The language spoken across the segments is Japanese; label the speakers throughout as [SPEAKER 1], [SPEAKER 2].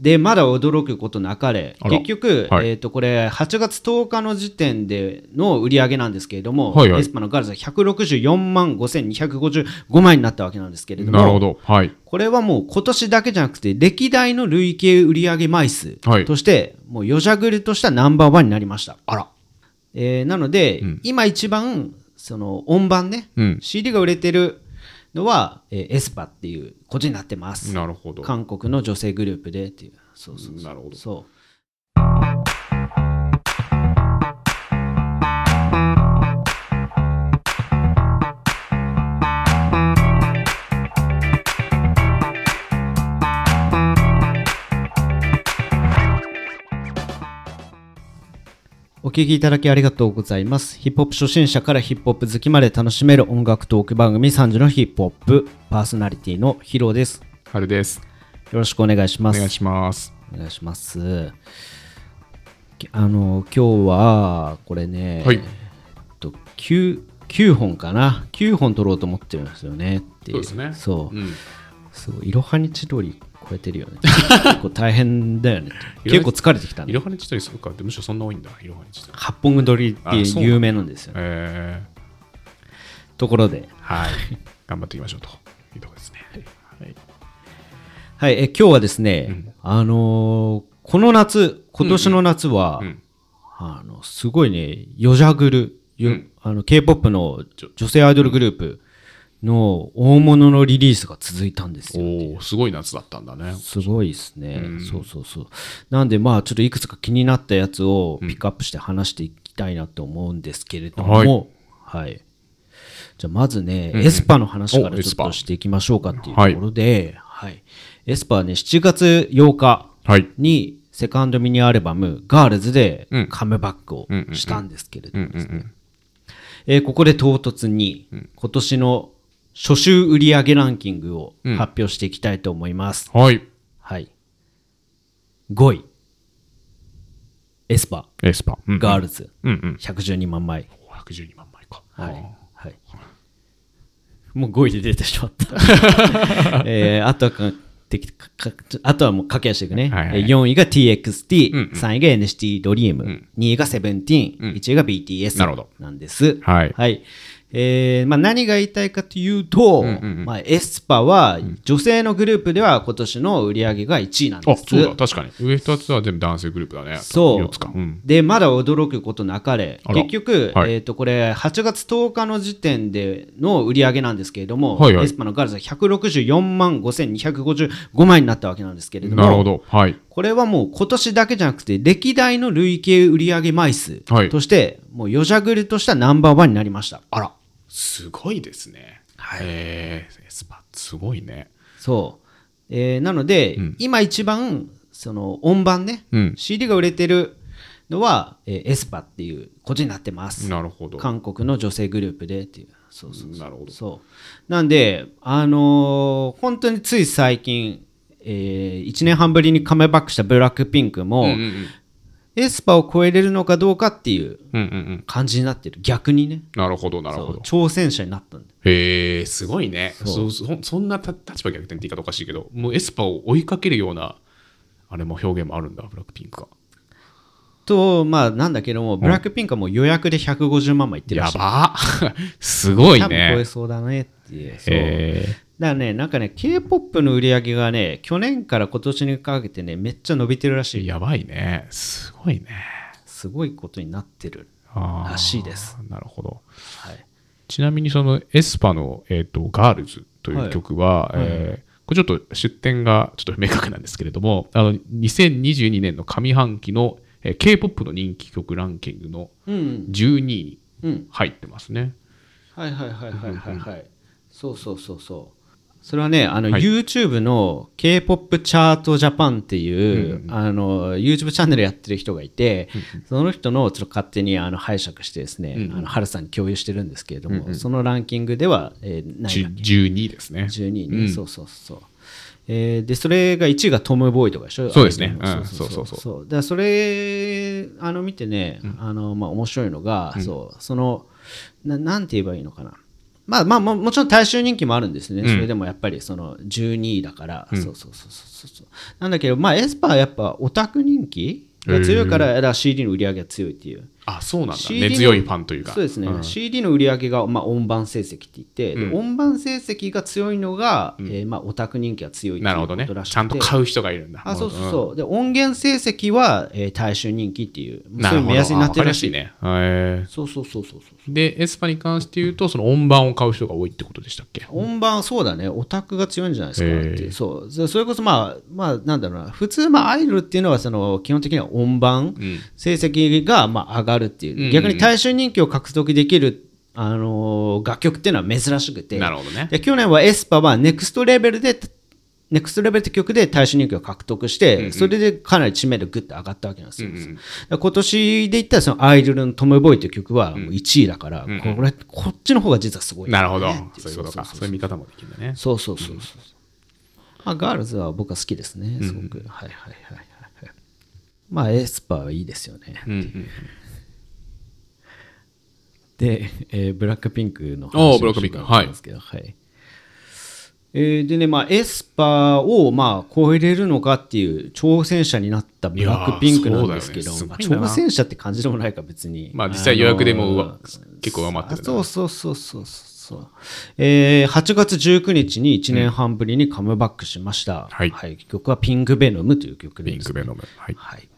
[SPEAKER 1] でまだ驚くことなかれ
[SPEAKER 2] あら
[SPEAKER 1] 結局、
[SPEAKER 2] はい
[SPEAKER 1] えー、とこれ8月10日の時点での売り上げなんですけれども、
[SPEAKER 2] はいはい
[SPEAKER 1] エスパのガールズは164万5255枚になったわけなんですけれども
[SPEAKER 2] なるほど。はい。
[SPEAKER 1] これはもう今年だけじゃなくて歴代の累計売上枚数
[SPEAKER 2] はい
[SPEAKER 1] としてもうヨジャグルとしたナンバーワンになりました、
[SPEAKER 2] あら。
[SPEAKER 1] えーなので、今一番その音盤ね、
[SPEAKER 2] うん
[SPEAKER 1] CD が売れてるのは、えーエスパっていうことになってます
[SPEAKER 2] なるほど。
[SPEAKER 1] 韓国の女性グループでっていうそうそう
[SPEAKER 2] なるほど。
[SPEAKER 1] そうお聞きいただきありがとうございます。ヒップホップ初心者からヒップホップ好きまで楽しめる音楽トーク番組3時のヒップホップパーソナリティのヒロです。
[SPEAKER 2] 春です。
[SPEAKER 1] よろしくお願いし
[SPEAKER 2] お
[SPEAKER 1] ます。
[SPEAKER 2] 願いします。
[SPEAKER 1] お願いします。きあの今日はこれね、
[SPEAKER 2] はい
[SPEAKER 1] えっと 9, 9本かな9本取ろうと思ってるんですよねってい
[SPEAKER 2] そうですね
[SPEAKER 1] そう,、
[SPEAKER 2] うん
[SPEAKER 1] そういろはに千鳥超えてるよね 結構大変だよね結構疲れてきた
[SPEAKER 2] い
[SPEAKER 1] ね
[SPEAKER 2] ろはにちとりそうかってむしろそんな多いんだ。いろはにちとり。
[SPEAKER 1] 八本取りって
[SPEAKER 2] あそうなんだ
[SPEAKER 1] 有名なんですよね
[SPEAKER 2] えー、
[SPEAKER 1] ところで
[SPEAKER 2] はい。頑張っていきましょうというところですね。はい。
[SPEAKER 1] はいえ今日はですね、あのーこの夏今年の夏は、
[SPEAKER 2] うん
[SPEAKER 1] あのすごいねヨジャグル、よ
[SPEAKER 2] うん
[SPEAKER 1] あの K-POP の
[SPEAKER 2] ちょ
[SPEAKER 1] 女性アイドルグループの大物のリリースが続いたんですよ
[SPEAKER 2] おお、すごい夏だったんだね。
[SPEAKER 1] すごいですね、そうそうそうなんでまあちょっといくつか気になったやつをピックアップして話していきたいなと思うんですけれども、はい、じゃあまずね、エスパの話から
[SPEAKER 2] お
[SPEAKER 1] ちょ
[SPEAKER 2] エ
[SPEAKER 1] っ
[SPEAKER 2] スパ
[SPEAKER 1] としていきましょうかっていうと
[SPEAKER 2] はい
[SPEAKER 1] ころで、はいエスパはね7月8日
[SPEAKER 2] はい。
[SPEAKER 1] にセカンドミニアルバム「ガールズで
[SPEAKER 2] うん
[SPEAKER 1] カムバックをしたんですけれども
[SPEAKER 2] うんうん。
[SPEAKER 1] えーここで唐突に今年の初週売上ランキングを発表していきたいと思います、
[SPEAKER 2] はい。
[SPEAKER 1] はい5位エスパ
[SPEAKER 2] エスパ。うん
[SPEAKER 1] ガールズ
[SPEAKER 2] うんうん。
[SPEAKER 1] 112万枚
[SPEAKER 2] 112万枚か。
[SPEAKER 1] はい、はい、もう5位で出てしまった、 えーあとはかてきかかあとはもう駆け足でいくね、
[SPEAKER 2] はいはいはい
[SPEAKER 1] えー4位が TXT、3位が NCT ドリーム、2位がセブンティーン、1位が BTS
[SPEAKER 2] なるほど
[SPEAKER 1] なんです
[SPEAKER 2] はい
[SPEAKER 1] えーまあ、何が言いたいかというと、まあ、エスパは女性のグループでは今年の売り上げが1位なんで
[SPEAKER 2] あ、
[SPEAKER 1] す
[SPEAKER 2] そうだ、確かに。上2つは全部男性グループだね。
[SPEAKER 1] そう
[SPEAKER 2] 4つか。うん。
[SPEAKER 1] でまだ驚くことなかれ
[SPEAKER 2] あら
[SPEAKER 1] 結局、
[SPEAKER 2] はい
[SPEAKER 1] えー、とこれ8月10日の時点での売り上げなんですけれども、
[SPEAKER 2] はいはい
[SPEAKER 1] エスパのガールズは164万5255枚になったわけなんですけれども
[SPEAKER 2] なるほど。はい。
[SPEAKER 1] これはもう今年だけじゃなくて歴代の累計売上枚数
[SPEAKER 2] はい
[SPEAKER 1] として、もうヨジャグルとしたナンバーワンになりました
[SPEAKER 2] あら、すごいですね。はい。えー、エスパ、すごいね。
[SPEAKER 1] そう、えーなので、今一番その音盤ね、
[SPEAKER 2] うん
[SPEAKER 1] CD が売れてるのは、えーエスパっていうことになってます
[SPEAKER 2] なるほど。
[SPEAKER 1] 韓国の女性グループでっていうそうそう
[SPEAKER 2] なるほど。
[SPEAKER 1] そうなんであのー本当につい最近、え1年半ぶりにカメバックしたブラックピンクも、
[SPEAKER 2] うんうん。
[SPEAKER 1] エスパを超えれるのかどうかっていう
[SPEAKER 2] うんうんうん。
[SPEAKER 1] 感じになってる逆にね
[SPEAKER 2] なるほど、なる
[SPEAKER 1] そ
[SPEAKER 2] ほ
[SPEAKER 1] う
[SPEAKER 2] ど。
[SPEAKER 1] 挑戦者になったんで
[SPEAKER 2] へえ、すごいね。
[SPEAKER 1] そ
[SPEAKER 2] そうそそんなた立場逆転って言い方おかしいけど、もうエスパを追いかけるような、あれも表現もあるんだ、ブラックピンクが。
[SPEAKER 1] とまあなんだけどもブラックピンクはもう予約で150万枚いってるら
[SPEAKER 2] や
[SPEAKER 1] しい、
[SPEAKER 2] ば ーすごい
[SPEAKER 1] 多分超え
[SPEAKER 2] ね。
[SPEAKER 1] そうだねっていうそう
[SPEAKER 2] へー
[SPEAKER 1] だからねなんかね K-POP の売り上げがね去年から今年にかけてねめっちゃ伸びてるらしい
[SPEAKER 2] やばいね。すごいね。
[SPEAKER 1] すごいことになってる
[SPEAKER 2] あー
[SPEAKER 1] らしいです。
[SPEAKER 2] なるほど。
[SPEAKER 1] はい、
[SPEAKER 2] ちなみにそのエスパの、えーと「ガールズ」という曲は、えーこれちょっと出典がちょっと明確なんですけれどもあの2022年の上半期の、えー、k p o p の人気曲ランキングの
[SPEAKER 1] うん
[SPEAKER 2] 12位
[SPEAKER 1] うん
[SPEAKER 2] に入ってますね。
[SPEAKER 1] はいはいはいはいはいはいそうそうそうそうそれはねあの、YouTube の k p o p チャートジャパンっていう、あの YouTube チャンネルやってる人がいて、その人のちょっと勝手にあの拝借してですね、あの春さんに共有してるんですけれども、そのランキングでは、えー、ない
[SPEAKER 2] じゅ12位ですね。
[SPEAKER 1] 12位ね、そうそうそう。えーでそれが1位がトム・ボーイとかでしょ
[SPEAKER 2] そうですね
[SPEAKER 1] あれ
[SPEAKER 2] うんそうそう
[SPEAKER 1] そうだからそれあの見てね、あのまあ、面白いのが、そうそのななんて言えばいいのかなまあまあももちろん大衆人気もあるんですね、それでもやっぱりその12位だから、そうそうそうそうそうなんだけどまあエスパーはやっぱオタク人気が強いからだから CD の売り上げが強いっていう
[SPEAKER 2] あ、そうなんだ。
[SPEAKER 1] CD の
[SPEAKER 2] 根強いファンというか。
[SPEAKER 1] そうですね、
[SPEAKER 2] ん
[SPEAKER 1] CD の売り上げが、まあ、音盤成績って言って、で
[SPEAKER 2] うん
[SPEAKER 1] 音盤成績が強いのが、えーまあ、オタク人気が強いってい
[SPEAKER 2] な
[SPEAKER 1] うこ
[SPEAKER 2] るほどね
[SPEAKER 1] とら。しくて
[SPEAKER 2] ちゃんと買う人がいるんだ。
[SPEAKER 1] あそうそうそう、で音源成績は、えー大衆人気っていう
[SPEAKER 2] うん。
[SPEAKER 1] そういう目安になってるらしい
[SPEAKER 2] あわかりやすいね。へ
[SPEAKER 1] そうそうそうそうそう
[SPEAKER 2] ーで、エスパに関して言うと、その音盤を買う人が多いってことでしたっけ
[SPEAKER 1] 音盤そうだねオタクが強いんじゃないです
[SPEAKER 2] へ
[SPEAKER 1] か
[SPEAKER 2] ー
[SPEAKER 1] ってそうそそれこそまあまあなんだろうな普通まあアイドルっていうのはその基本的には音盤
[SPEAKER 2] うん。
[SPEAKER 1] 成績がまあ上がるっていう、
[SPEAKER 2] うんうん
[SPEAKER 1] 逆に大衆人気を獲得できるあのー楽曲っていうのは珍しくて
[SPEAKER 2] なるほどね。
[SPEAKER 1] で去年はエスパはネクストレベルでネクストレベルって曲で大衆人気を獲得して、それでかなり知名度グッと上がったわけなんですよ、で今年で言ったらそのアイドルのトム・ボーイという曲はもう1位だから、これこっちの方が実はすごい、
[SPEAKER 2] なるほど
[SPEAKER 1] ね。
[SPEAKER 2] そういうことか。そういう見方もできるんだね。
[SPEAKER 1] そうそうそうそう、まあ、ガールズは僕は好きですねすごく、はいはいはいはいはいまあエスパーはいいですよね、
[SPEAKER 2] うんうん。
[SPEAKER 1] で、えーブラックピンクの
[SPEAKER 2] お
[SPEAKER 1] 話
[SPEAKER 2] ーブラックピンク
[SPEAKER 1] をしようと思うんですけど、はいえーでね、まあ、エスパーをまあ超えれるのかっていう挑戦者になったブラックピンクなんですけど、
[SPEAKER 2] いやーそう
[SPEAKER 1] ま
[SPEAKER 2] だ
[SPEAKER 1] あ
[SPEAKER 2] よねすごいな
[SPEAKER 1] 挑戦者って感じでもないか別に
[SPEAKER 2] まあ実際予約でもうわ
[SPEAKER 1] あのー
[SPEAKER 2] 結構上回ってるな
[SPEAKER 1] あそうそうそうそうそう、えー8月19日に1年半ぶりにカムバックしました、
[SPEAKER 2] はい
[SPEAKER 1] 曲は「ピンクベノム」という曲
[SPEAKER 2] ピ
[SPEAKER 1] で
[SPEAKER 2] ン
[SPEAKER 1] す
[SPEAKER 2] クベノム。はい。
[SPEAKER 1] はい。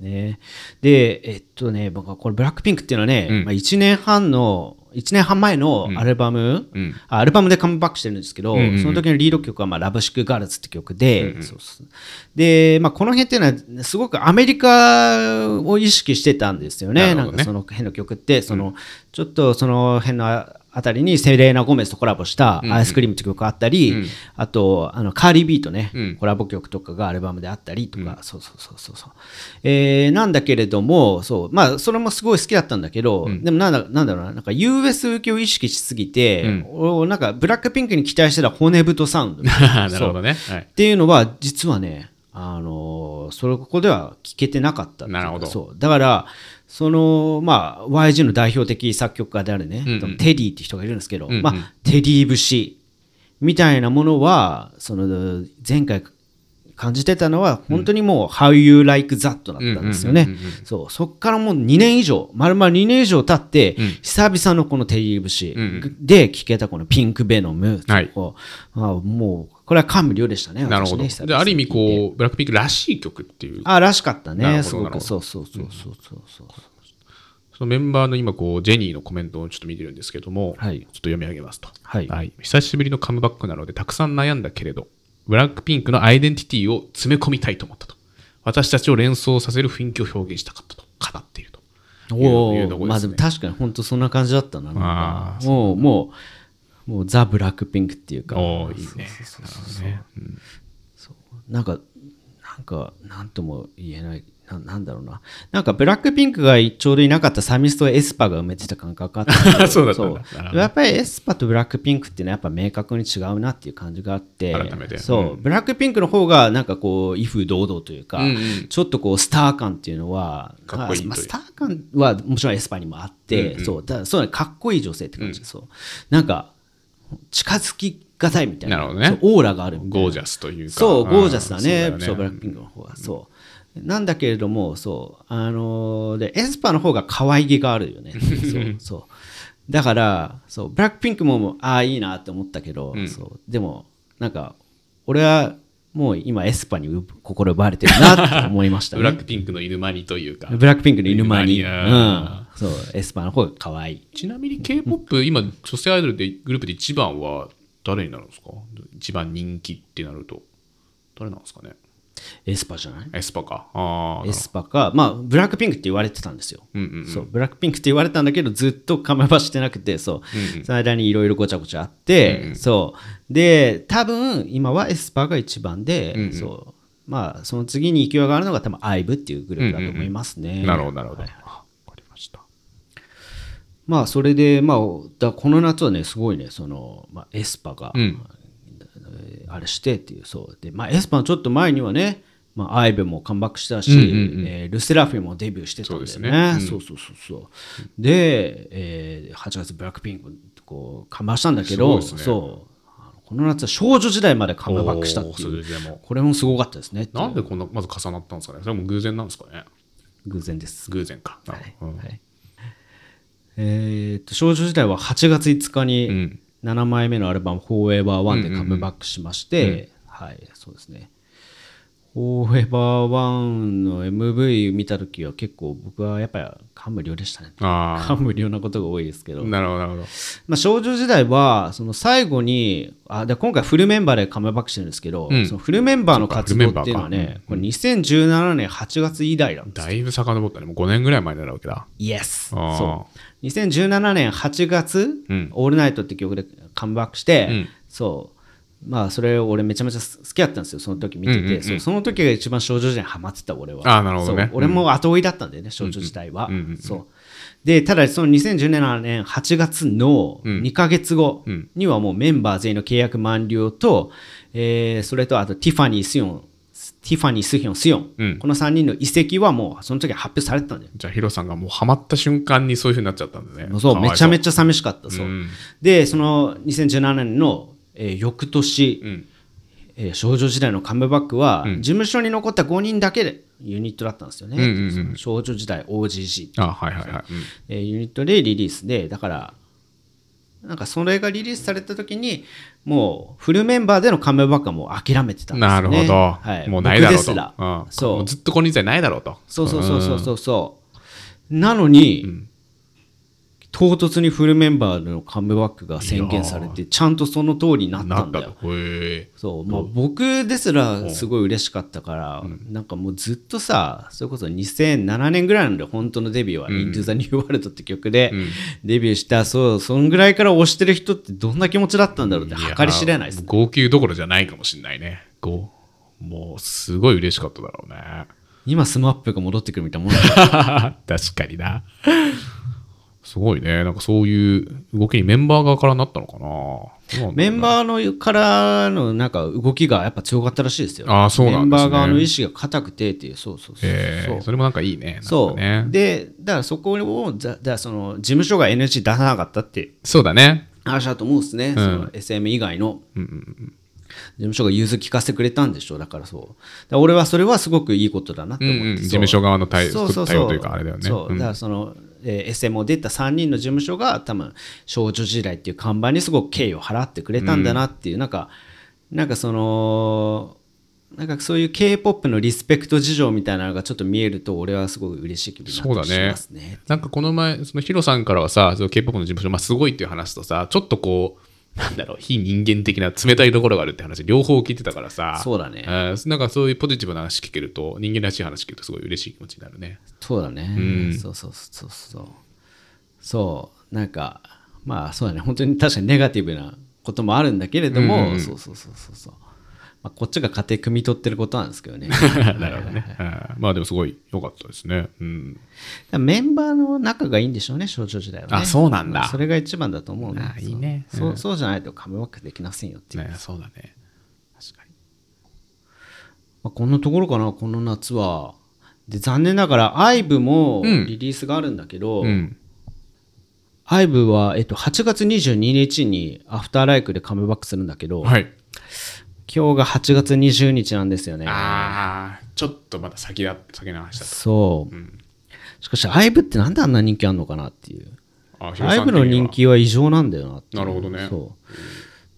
[SPEAKER 1] ね、で、えっとね、僕はこれ、ブラックピンクっていうのはね、
[SPEAKER 2] うん
[SPEAKER 1] まあ、1年半の、一年半前のアルバム、
[SPEAKER 2] うん
[SPEAKER 1] あアルバムでカムバックしてるんですけど、
[SPEAKER 2] うんうんうん
[SPEAKER 1] その時のリード曲は、まあ、ラブシックガールズって曲で、そうそうで、まあ、この辺っていうのは、すごくアメリカを意識してたんですよね、な
[SPEAKER 2] なるほどね
[SPEAKER 1] んかその辺の曲って、その、ちょっとその辺のああたりにセレーナ・ゴメスとコラボしたアイスクリームって曲があったり、あとあのカーリービートね、
[SPEAKER 2] うん
[SPEAKER 1] コラボ曲とかがアルバムであったりとか、そうそうそうそうそう、えーなんだけれどもそうまあそれもすごい好きだったんだけど、でもなんだなんだろうななんか US 受けを意識しすぎて、
[SPEAKER 2] うん
[SPEAKER 1] おなんかブラックピンクに期待してた骨太サウンド
[SPEAKER 2] なるほどね。はい
[SPEAKER 1] っ。ていうのは実はね、あのーそれここでは聞けてなかったっていうか
[SPEAKER 2] なるほど
[SPEAKER 1] そうだからそのまあ YG の代表的作曲家であるね、
[SPEAKER 2] うんうん
[SPEAKER 1] テディって人がいるんですけど、
[SPEAKER 2] んうん
[SPEAKER 1] まあ、テディ節みたいなものはその前回感じてたのは本当にもう「How You Like That」だったんですよ
[SPEAKER 2] う
[SPEAKER 1] ね
[SPEAKER 2] んうんうんうん
[SPEAKER 1] そうそっからもう2年以上まるまる2年以上経って、久々のこの「テディ節
[SPEAKER 2] うんうん」
[SPEAKER 1] で聴けたこの「ピンク・ベノム」
[SPEAKER 2] はい
[SPEAKER 1] こうあもうこれは感無量でしたね
[SPEAKER 2] なるほど。
[SPEAKER 1] 私ね
[SPEAKER 2] で、ある意味、
[SPEAKER 1] 久々に聞いて
[SPEAKER 2] こう、ブラックピンクらしい曲っていう、
[SPEAKER 1] あらしかった
[SPEAKER 2] なるほ
[SPEAKER 1] ね
[SPEAKER 2] ど
[SPEAKER 1] す
[SPEAKER 2] な
[SPEAKER 1] ご
[SPEAKER 2] るほ
[SPEAKER 1] く
[SPEAKER 2] ど
[SPEAKER 1] そうそうそうそうそうそう
[SPEAKER 2] そのメンバーの今、こう、ジェニーのコメントをちょっと見てるんですけども、
[SPEAKER 1] はい
[SPEAKER 2] ちょっと読み上げますと。
[SPEAKER 1] はい
[SPEAKER 2] 久しぶりのカムバックなので、たくさん悩んだけれど、ブラックピンクのアイデンティティを詰め込みたいと思ったと。私たちを連想させる雰囲気を表現したかったと語っていると。
[SPEAKER 1] お
[SPEAKER 2] いうとこ
[SPEAKER 1] お
[SPEAKER 2] ですね
[SPEAKER 1] まあでも確かに本当そんな感じだったななん
[SPEAKER 2] あ
[SPEAKER 1] かもうもうもうザ・ブラックピンクっていうか
[SPEAKER 2] おおいいね。なるほどね
[SPEAKER 1] なんか、なんか、なんとも言えない、ななんだろうな。なんか、ブラックピンクがちょうどいなかったサミストをエスパーが埋めてた感覚があったんだけど。
[SPEAKER 2] そうだったんだなるほど
[SPEAKER 1] やっぱりエスパーとブラックピンクっていうのはやっぱ明確に違うなっていう感じがあって、
[SPEAKER 2] 改めて
[SPEAKER 1] そう、ブラックピンクの方がなんかこう、威風堂々というか、
[SPEAKER 2] うんうん
[SPEAKER 1] ちょっとこう、スター感っていうのは、
[SPEAKER 2] かっこいいという
[SPEAKER 1] まあ、スター感はもちろんエスパーにもあって、そう、だそうかっこいい女性って感じ、そう。なんか、近づきがたいみたいな。
[SPEAKER 2] なるほどね
[SPEAKER 1] そうオーラがあるみたいな。
[SPEAKER 2] ゴージャスというか。
[SPEAKER 1] そう、
[SPEAKER 2] ん
[SPEAKER 1] ゴージャスだね、そう
[SPEAKER 2] そう
[SPEAKER 1] ブラ
[SPEAKER 2] だよ
[SPEAKER 1] ックピンクの方は。そうなんだけれども、そう、あのーで、エスパーの方が可愛げがあるよ ね。そう、そう。だから、そう、ブラックピンクも、ああ、いいなって思ったけど、そう、でも、なんか、俺は、もう今、エスパーにう心奪われてるなって思いました
[SPEAKER 2] ブラ
[SPEAKER 1] ね
[SPEAKER 2] ッ。クピンクの犬間にというか。
[SPEAKER 1] ブラックピンクの犬間に。
[SPEAKER 2] 犬
[SPEAKER 1] う
[SPEAKER 2] 間にあ
[SPEAKER 1] ん。そう、エスパーの方が可愛い。
[SPEAKER 2] ちなみに K-POP、今、女性アイドルでグループで一番は誰になるんですか一番人気ってなると。誰なんですかね
[SPEAKER 1] エスパーじゃない
[SPEAKER 2] エスパか。ああ。
[SPEAKER 1] エスパーか、まあ、ブラックピンクって言われてたんですよ。
[SPEAKER 2] うんうん。
[SPEAKER 1] そうブラックピンクって言われたんだけどずっとカメバしてなくてそう、その間にいろいろごちゃごちゃあって、そうで多分今はエスパーが一番で、そうまあその次に勢いがあるのが多分アイブっていうグループだと思いますね、
[SPEAKER 2] なるほど、なるほど。
[SPEAKER 1] はい
[SPEAKER 2] あわかりました。
[SPEAKER 1] まあそれでまあだこの夏はねすごいねその、まあ、エスパーが、
[SPEAKER 2] うん。
[SPEAKER 1] あれしてっていうそうでまあエスパーのちょっと前にはねまあ、アイブもカムバックしたし、
[SPEAKER 2] うんうんうん
[SPEAKER 1] えールセラフィもデビューしてたんだよね。
[SPEAKER 2] そ
[SPEAKER 1] そううそうそうそう。で、えー8月ブラックピンクをこうカムバックしたんだけど、
[SPEAKER 2] すごいですね
[SPEAKER 1] そうあのこの夏は少女時代までカムバックしたっ
[SPEAKER 2] おー
[SPEAKER 1] て
[SPEAKER 2] そ
[SPEAKER 1] いう
[SPEAKER 2] れでも
[SPEAKER 1] これもすごかったですねっていう
[SPEAKER 2] なんでこんなまず重なったんですかねそれも偶然なんですかね
[SPEAKER 1] 偶然です。
[SPEAKER 2] 偶然か、うん
[SPEAKER 1] はいえーっと少女時代は8月5日
[SPEAKER 2] う
[SPEAKER 1] に
[SPEAKER 2] ん
[SPEAKER 1] 7枚目のアルバム「フォーエバーワンでカムバックしまして、はいそうですねフォーエバーワンの MV 見た時は結構僕はやっぱり感無量でしたね
[SPEAKER 2] あ
[SPEAKER 1] 感無量なことが多いですけ
[SPEAKER 2] あ
[SPEAKER 1] ど、
[SPEAKER 2] なるほどなるほど
[SPEAKER 1] まあ、少女時代はその最後にあで今回フルメンバーでカムバックしてるんですけど、
[SPEAKER 2] うん
[SPEAKER 1] そのフルメンバーの活動っていうのは
[SPEAKER 2] そうかフルメンバ
[SPEAKER 1] ね
[SPEAKER 2] ーか
[SPEAKER 1] これ2017年8月以来なんです
[SPEAKER 2] だいぶ遡ったねもう5年ぐらい前になるわけだ
[SPEAKER 1] イエス
[SPEAKER 2] あー
[SPEAKER 1] そう2017年8月「
[SPEAKER 2] うん
[SPEAKER 1] オールナイト」って曲でカムバックして、
[SPEAKER 2] うん
[SPEAKER 1] そうまあそれ俺めちゃめちゃ好きだったんですよその時見てて、
[SPEAKER 2] うんうんうん
[SPEAKER 1] そうその時が一番少女時代にハマってた俺は
[SPEAKER 2] あーなるほどね
[SPEAKER 1] そう俺も後追いだったんだよね、少女時代は、
[SPEAKER 2] うんうんうんうん
[SPEAKER 1] そうでただその2017年8月の2ヶ月後
[SPEAKER 2] うん
[SPEAKER 1] にはもうメンバー全員の契約満了と、えーそれとあとティファニー・スヨンティファニー・スヒョン・スヨン、
[SPEAKER 2] うん
[SPEAKER 1] この3人の移籍はもうその時発表されてたんだよ
[SPEAKER 2] じゃあヒロさんがもうハマった瞬間にそういうふうになっちゃったんだね
[SPEAKER 1] そうめちゃめ
[SPEAKER 2] ち
[SPEAKER 1] ちゃ寂しかったそう、
[SPEAKER 2] うん
[SPEAKER 1] でその2017年の、えー翌年、
[SPEAKER 2] うん
[SPEAKER 1] えー少女時代のカムバックは、
[SPEAKER 2] うん
[SPEAKER 1] 事務所に残った5人だけでユニットだったんですよね、
[SPEAKER 2] うんうんうん
[SPEAKER 1] その少女時代 OGG、
[SPEAKER 2] あはいはいはい、うん
[SPEAKER 1] えーユニットでリリースでだからなんかそれがリリースされた時にもうフルメンバーでのカムバックはもう諦めてたんです
[SPEAKER 2] な
[SPEAKER 1] よ、ね、
[SPEAKER 2] るほど、
[SPEAKER 1] はい、
[SPEAKER 2] もうないだろう
[SPEAKER 1] 僕
[SPEAKER 2] と、
[SPEAKER 1] ですら
[SPEAKER 2] うん
[SPEAKER 1] そう
[SPEAKER 2] もずっとこの人代ないだろうと
[SPEAKER 1] そうそうそうそうそうそうなのに、唐突にフルメンバーのカムバックが宣言されてちゃんとその通りになった
[SPEAKER 2] なんっ
[SPEAKER 1] だ
[SPEAKER 2] た
[SPEAKER 1] よ
[SPEAKER 2] とへえ
[SPEAKER 1] そうまあ、僕ですらすごい嬉しかったから、なんかもうずっとさそれこそ2007年ぐらいなんで本当のデビューは「Into the New World」って曲でデビューした、そうそんぐらいから推してる人ってどんな気持ちだったんだろうって計り知れないです
[SPEAKER 2] や号泣どころじゃないかもしれないねごもうすごい嬉しかっただろうね
[SPEAKER 1] 今スマップが戻ってくるみたいなもんだ
[SPEAKER 2] 確かになすごいねなんかそういう動きにメンバー側からなったのかな
[SPEAKER 1] メン
[SPEAKER 2] ー
[SPEAKER 1] バーのからのなんか動きがやっぱ強かったらしいですよ
[SPEAKER 2] あーそう
[SPEAKER 1] メ
[SPEAKER 2] なんですね
[SPEAKER 1] ンバー側の意志が固くてっていうそうそうそう
[SPEAKER 2] え
[SPEAKER 1] そう
[SPEAKER 2] それもなんかいいねなんか
[SPEAKER 1] そう、
[SPEAKER 2] ね
[SPEAKER 1] でだからそこをだだからその事務所が NG 出さなかったっていう
[SPEAKER 2] そうだね
[SPEAKER 1] 話だと思うんですね、その SM 以外の、事務所が融通聞かせてくれたんでしょうだからそうだから俺はそれはすごくいいことだなって思って、
[SPEAKER 2] うんうん
[SPEAKER 1] そう
[SPEAKER 2] 事務所側の対応
[SPEAKER 1] そうそうそう
[SPEAKER 2] 対応というかあれだよね
[SPEAKER 1] そう
[SPEAKER 2] うん
[SPEAKER 1] だからその、えー SM を出た3人の事務所が多分少女時代っていう看板にすごく敬意を払ってくれたんだなっていう、なんかなんかそのなんかそういう k p o p のリスペクト事情みたいなのがちょっと見えると俺はすごい嬉しい気分になってしますね
[SPEAKER 2] なんかこの前、そのヒロさんからはさ、その K-POP の事務所、まあ、すごいっていう話とさ、ちょっとこう、なんだろう、非人間的な冷たいところがあるって話、両方聞いてたからさ、
[SPEAKER 1] そうだね
[SPEAKER 2] えーなんかそういうポジティブな話聞けると、人間らしい話聞けると、すごい嬉しい気持ちになるね。
[SPEAKER 1] そうだね、
[SPEAKER 2] うん
[SPEAKER 1] そうそうそうそうそうなんかまあそうだね本当に確かにネガティブなこともあるんだけれども、そうそうそうそうそう、まあ、こっちが家庭汲み取ってることなんですけどね
[SPEAKER 2] なるほどね。うんまあでもすごい良かったですね。うん。
[SPEAKER 1] メンバーの仲がいいんでしょうね少女時代はね
[SPEAKER 2] あそうなんだ
[SPEAKER 1] まあそれが一番だと思うね
[SPEAKER 2] あいいね
[SPEAKER 1] そう,、そうそうじゃないとカムバックできませんよっていう、
[SPEAKER 2] ね、そうだね。確かに。
[SPEAKER 1] まあ、こんなところかなこの夏はで残念ながら IVE もリリースがあるんだけど、
[SPEAKER 2] うん。
[SPEAKER 1] アイブは、えっと、8月22日にアフターライクでカムバックするんだけど、
[SPEAKER 2] はい。
[SPEAKER 1] 今日が8月20日なんですよね。
[SPEAKER 2] ああ、ちょっとまだ先だ、先の話だ
[SPEAKER 1] そう、しかし、アイブってなんであんな人気あんのかなっていう。
[SPEAKER 2] あヒロ
[SPEAKER 1] アイ
[SPEAKER 2] さん
[SPEAKER 1] ブ
[SPEAKER 2] 的には
[SPEAKER 1] の人気は異常なんだよなっていう
[SPEAKER 2] なるほどね
[SPEAKER 1] そ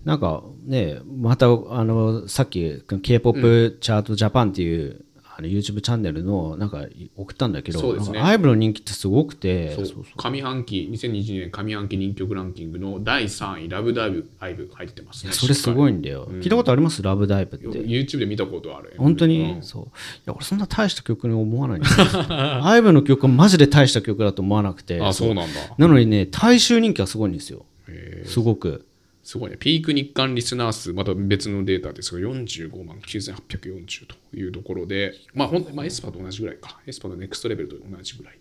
[SPEAKER 1] う。なんかね、また、あの、さっき、K-POP チャートジャパンっていう、あの YouTube チャンネルのなんか送ったんだけど、
[SPEAKER 2] そうですね
[SPEAKER 1] なんかアイブの人気ってすごくて、
[SPEAKER 2] そう上半期2022年上半期人気曲ランキングの第3位「ラブダイブ」アイブ入ってますね
[SPEAKER 1] それすごいんだよ。聞いたことありますラブダイブって。
[SPEAKER 2] YouTube で見たことある
[SPEAKER 1] 本当に、そういや俺そんな大した曲に思わないんですよ アイブの曲はマジで大した曲だと思わなくて
[SPEAKER 2] あそうなんだ
[SPEAKER 1] なのにね大衆人気はすごいんですよすごく
[SPEAKER 2] すごいねピーク日間リスナー数また別のデータですが45万9840というところでまあほんまあエスパーと同じぐらいかエスパーのネクストレベルと同じぐらい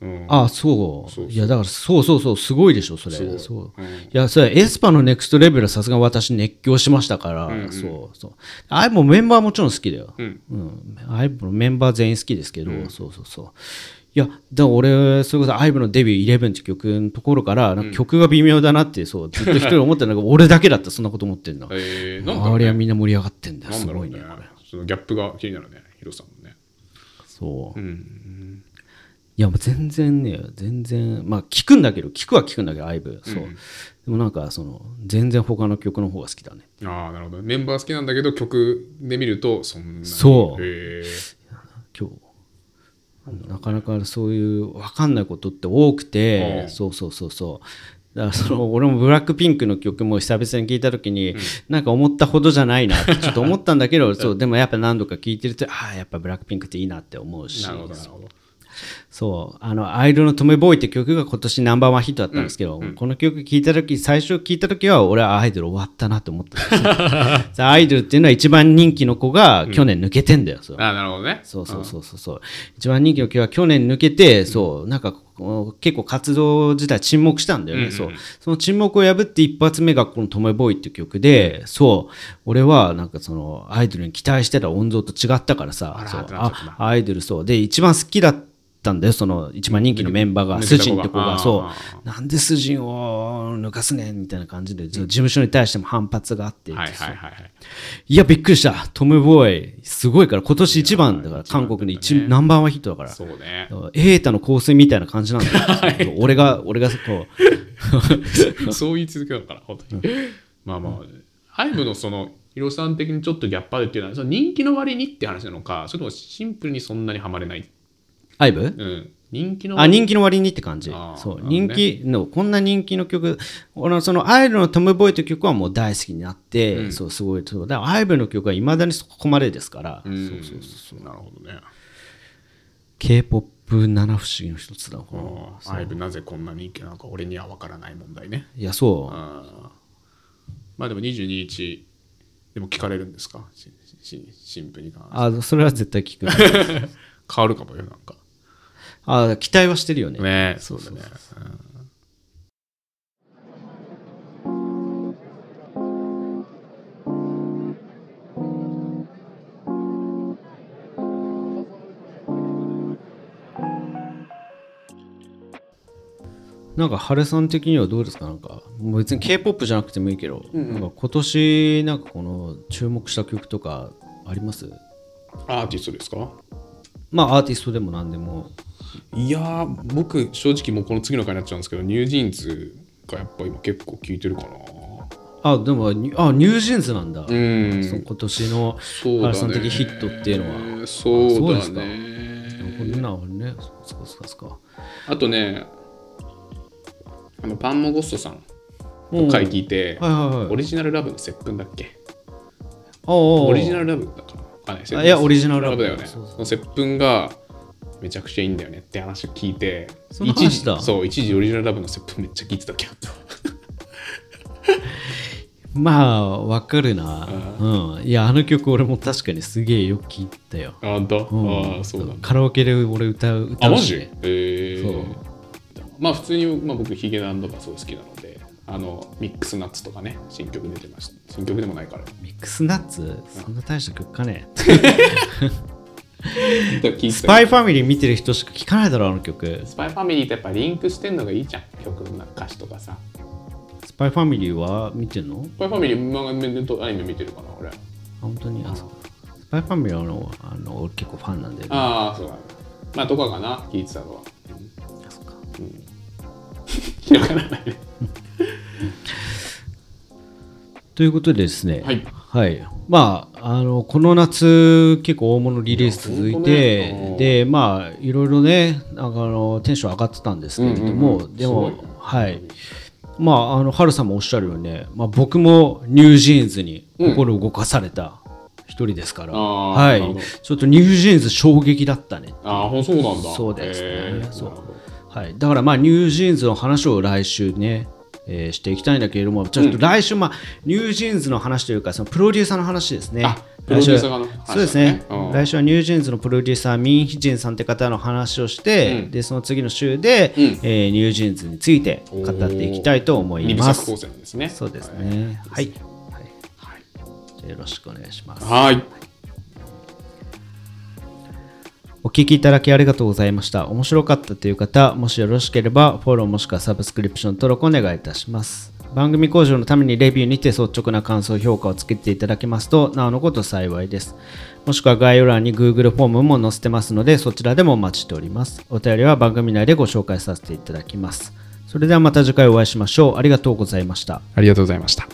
[SPEAKER 2] うん
[SPEAKER 1] あそう
[SPEAKER 2] そうそう
[SPEAKER 1] いやだからそうそうそうすごいでしょそれ
[SPEAKER 2] すごい
[SPEAKER 1] そう
[SPEAKER 2] うん
[SPEAKER 1] いやそれエスパのネクストレベルはさすがに私熱狂しましたから、そうそうあいもメンバーもちろん好きだよ、
[SPEAKER 2] うん
[SPEAKER 1] アイブのメンバー全員好きですけど、そうそうそういやだから俺それこそアイブのデビュー11って曲のところからなんか曲が微妙だなってそうずっと一人思ってたの が俺だけだったそんなこと思ってんの、
[SPEAKER 2] えー、なんだろ
[SPEAKER 1] 周
[SPEAKER 2] う
[SPEAKER 1] りは
[SPEAKER 2] ね
[SPEAKER 1] みんな盛り上がってんだよ
[SPEAKER 2] な
[SPEAKER 1] す
[SPEAKER 2] んだろ
[SPEAKER 1] ご
[SPEAKER 2] う
[SPEAKER 1] いね
[SPEAKER 2] ねそのギャップが気になるねヒロさんもね
[SPEAKER 1] そう、
[SPEAKER 2] うん
[SPEAKER 1] いやもう全然ね全然まあ聞くんだけど聞くは聞くんだけどアイブそう、でもなんかその全然他の曲の方が好きだね
[SPEAKER 2] ああなるほどメンバー好きなんだけど曲で見るとそんなに
[SPEAKER 1] そう
[SPEAKER 2] へえ
[SPEAKER 1] 今日なかなかそういう分かんないことって多くて、
[SPEAKER 2] うん
[SPEAKER 1] そうそうそうそうだからその俺もブラックピンクの曲も久々に聞いた時に、なんか思ったほどじゃないな ってちょっと思ったんだけどそうでもやっぱ何度か聞いてるとああやっぱブラックピンクっていいなって思うし
[SPEAKER 2] なるほどなるほど
[SPEAKER 1] そうあの「アイドルのトムボーイ」って曲が今年ナンバーワンヒットだったんですけど、この曲聴いた時最初聴いた時は俺はアイドル終わったなと思ったんですよ さアイドルっていうのは一番人気の子が去年抜けてんだよ、そう
[SPEAKER 2] ああなるほどね
[SPEAKER 1] そうそうそうそうそう一番人気の曲は去年抜けて、そうなんかこう結構活動自体沈黙したんだよね、そうその沈黙を破って一発目がこの「トムボーイ」っていう曲で、そう俺はなんかそのアイドルに期待してた音像と違ったからさ
[SPEAKER 2] あら
[SPEAKER 1] そう
[SPEAKER 2] ってなっちゃった
[SPEAKER 1] あアイドルそうで一番好きだったんだよその一番人気のメンバー
[SPEAKER 2] 抜
[SPEAKER 1] が
[SPEAKER 2] け
[SPEAKER 1] スジンって子
[SPEAKER 2] 抜けた子があ
[SPEAKER 1] が
[SPEAKER 2] ー
[SPEAKER 1] そうなんでスジンを抜かすねんみたいな感じで事務所に対しても反発があって、
[SPEAKER 2] はいはいはいはい
[SPEAKER 1] いや、びっくりした。トム・ボーイ、すごいから、今年一番だから、韓国で一、ナンバーワンヒットだから。
[SPEAKER 2] そうね
[SPEAKER 1] エータの香水みたいな感じなん だよ。俺が、俺がこう、
[SPEAKER 2] そう言い続けたから本当にまあまあ HYBE のそのヒロさん的にちょっとギャップあるっていうのはその人気の割にって話なのかそれともシンプルにそんなにはまれない
[SPEAKER 1] アイブ
[SPEAKER 2] うん人気の
[SPEAKER 1] あ、
[SPEAKER 2] 割
[SPEAKER 1] 人気の割にって感じ
[SPEAKER 2] あ。ー
[SPEAKER 1] そう、
[SPEAKER 2] なるほど
[SPEAKER 1] 人
[SPEAKER 2] ね
[SPEAKER 1] 気の、こんな人気の曲、俺のその、アイブのトム・ボーイという曲はもう大好きになって、そう、すごい、そう、だからアイブの曲はいまだにそこまでですから、
[SPEAKER 2] うんそうそうそうなるほどね
[SPEAKER 1] K-POP 七不思議の一つだ、これは
[SPEAKER 2] あー HYBE なぜこんな人気なのか俺には分からない問題ね
[SPEAKER 1] いや、そう。
[SPEAKER 2] あーまあでも22日でも聞かれるんですかしし新婦に関
[SPEAKER 1] あ、それは絶対聞く。
[SPEAKER 2] 変わるかもよなんか
[SPEAKER 1] あ、期待はしてるよね。
[SPEAKER 2] ねそうだね
[SPEAKER 1] なんか晴れさん的にはどうですかなんかもう別に K-POP じゃなくてもいいけど、なんか今年なんかこの注目した曲とかあります
[SPEAKER 2] アーティストですか
[SPEAKER 1] まあアーティストでも何でも
[SPEAKER 2] いやー僕正直もうこの次の回になっちゃうんですけどニュージーンズがやっぱ今結構聞いてるかな
[SPEAKER 1] あでもニュあニュージーンズなんだ、
[SPEAKER 2] うん
[SPEAKER 1] その今年の
[SPEAKER 2] そう
[SPEAKER 1] 晴
[SPEAKER 2] だ
[SPEAKER 1] れ
[SPEAKER 2] ね
[SPEAKER 1] さん的ヒットっていうのは、
[SPEAKER 2] そう
[SPEAKER 1] あ
[SPEAKER 2] だ
[SPEAKER 1] そう
[SPEAKER 2] ね
[SPEAKER 1] こんなのねそうそうそうか
[SPEAKER 2] あとねあのパンモゴッソさんの回聞いて、
[SPEAKER 1] はいはいはい
[SPEAKER 2] オリジナルラブの接吻だっけ
[SPEAKER 1] ああオ
[SPEAKER 2] オリジナ
[SPEAKER 1] ル
[SPEAKER 2] ルラブだからあね
[SPEAKER 1] あいやオリジナルラブ
[SPEAKER 2] だよね
[SPEAKER 1] そ
[SPEAKER 2] そう
[SPEAKER 1] そう
[SPEAKER 2] の接吻がめちゃくちゃいいんだよねって話を聞いて
[SPEAKER 1] その話だ
[SPEAKER 2] 一時そう一時オリジナルラブの接吻めっちゃ聞いてたけど
[SPEAKER 1] まあわかるなうんいやあの曲俺も確かにすげえよく聞いたよ、
[SPEAKER 2] あ本当、
[SPEAKER 1] うん
[SPEAKER 2] ああそうだ
[SPEAKER 1] カラオケで俺歌う歌
[SPEAKER 2] あ
[SPEAKER 1] う
[SPEAKER 2] マ
[SPEAKER 1] し
[SPEAKER 2] ジ
[SPEAKER 1] ね
[SPEAKER 2] へえまあ普通に、まあ、僕ヒゲダンとかすごい好きなのであのミックスナッツとかね新曲出てました新曲でもないから
[SPEAKER 1] ミックスナッツそんな大した曲かね
[SPEAKER 2] 聞いてたけど
[SPEAKER 1] スパイファミリー見てる人しか聴かないだろうあの曲
[SPEAKER 2] スパイファミリーとやっぱリンクしてんのがいいじゃん曲の歌詞とかさ
[SPEAKER 1] スパイファミリーは見てんの
[SPEAKER 2] スパイファミリー漫画面とアニメ見てるかな俺
[SPEAKER 1] あ本当にあそうスパイファミリーはあのあの俺結構ファンなんで、ね、
[SPEAKER 2] ああそうだまあとかかな聞いてたのは
[SPEAKER 1] そっか
[SPEAKER 2] 広がらないね
[SPEAKER 1] ということでですね
[SPEAKER 2] はい
[SPEAKER 1] はいまああのこの夏結構大物リリース続い
[SPEAKER 2] いや
[SPEAKER 1] て
[SPEAKER 2] 本当ね
[SPEAKER 1] でまあいろいろねなんかあのテンション上がってたんですけれども、
[SPEAKER 2] うんうんうん
[SPEAKER 1] ですも
[SPEAKER 2] ごいね
[SPEAKER 1] はいまああの春さんもおっしゃるようにね、まあ、僕もニュージーンズに心動かされた一人ですから、
[SPEAKER 2] あー
[SPEAKER 1] は
[SPEAKER 2] なる
[SPEAKER 1] い
[SPEAKER 2] ほど
[SPEAKER 1] ちょっとニュージーンズ衝撃だったね
[SPEAKER 2] ああほんそうなんだ
[SPEAKER 1] そうですね
[SPEAKER 2] へー
[SPEAKER 1] そう
[SPEAKER 2] なるほど
[SPEAKER 1] はい、だからまあニュージーンズの話を来週ね、えーしていきたいんだけれども、ちょっと来週、まあ、ニュージーンズの話というか、そのプロデューサーの話ですね。
[SPEAKER 2] あプロデューサー側の話だね
[SPEAKER 1] そうですね、
[SPEAKER 2] うん
[SPEAKER 1] 来週はニュージーンズのプロデューサーミン・ヒジンさんって方の話をして、
[SPEAKER 2] うん
[SPEAKER 1] でその次の週で、
[SPEAKER 2] うん
[SPEAKER 1] えーニュージーンズについて語っていきたいと思い
[SPEAKER 2] 二部
[SPEAKER 1] ます
[SPEAKER 2] 作構。成なんですね。
[SPEAKER 1] そうですね。はい。はい
[SPEAKER 2] はい。
[SPEAKER 1] じゃあよろしくお願いします。
[SPEAKER 2] はい。はい
[SPEAKER 1] お聞きいただきありがとうございました。面白かったという方、もしよろしければ、フォローもしくはサブスクリプション登録お願いいたします。番組向上のためにレビューにて率直な感想、評価をつけていただけますと、なおのこと幸いです。もしくは概要欄に Google フォームも載せてますので、そちらでもお待ちしております。お便りは番組内でご紹介させていただきます。それではまた次回お会いしましょう。ありがとうございました。
[SPEAKER 2] ありがとうございました。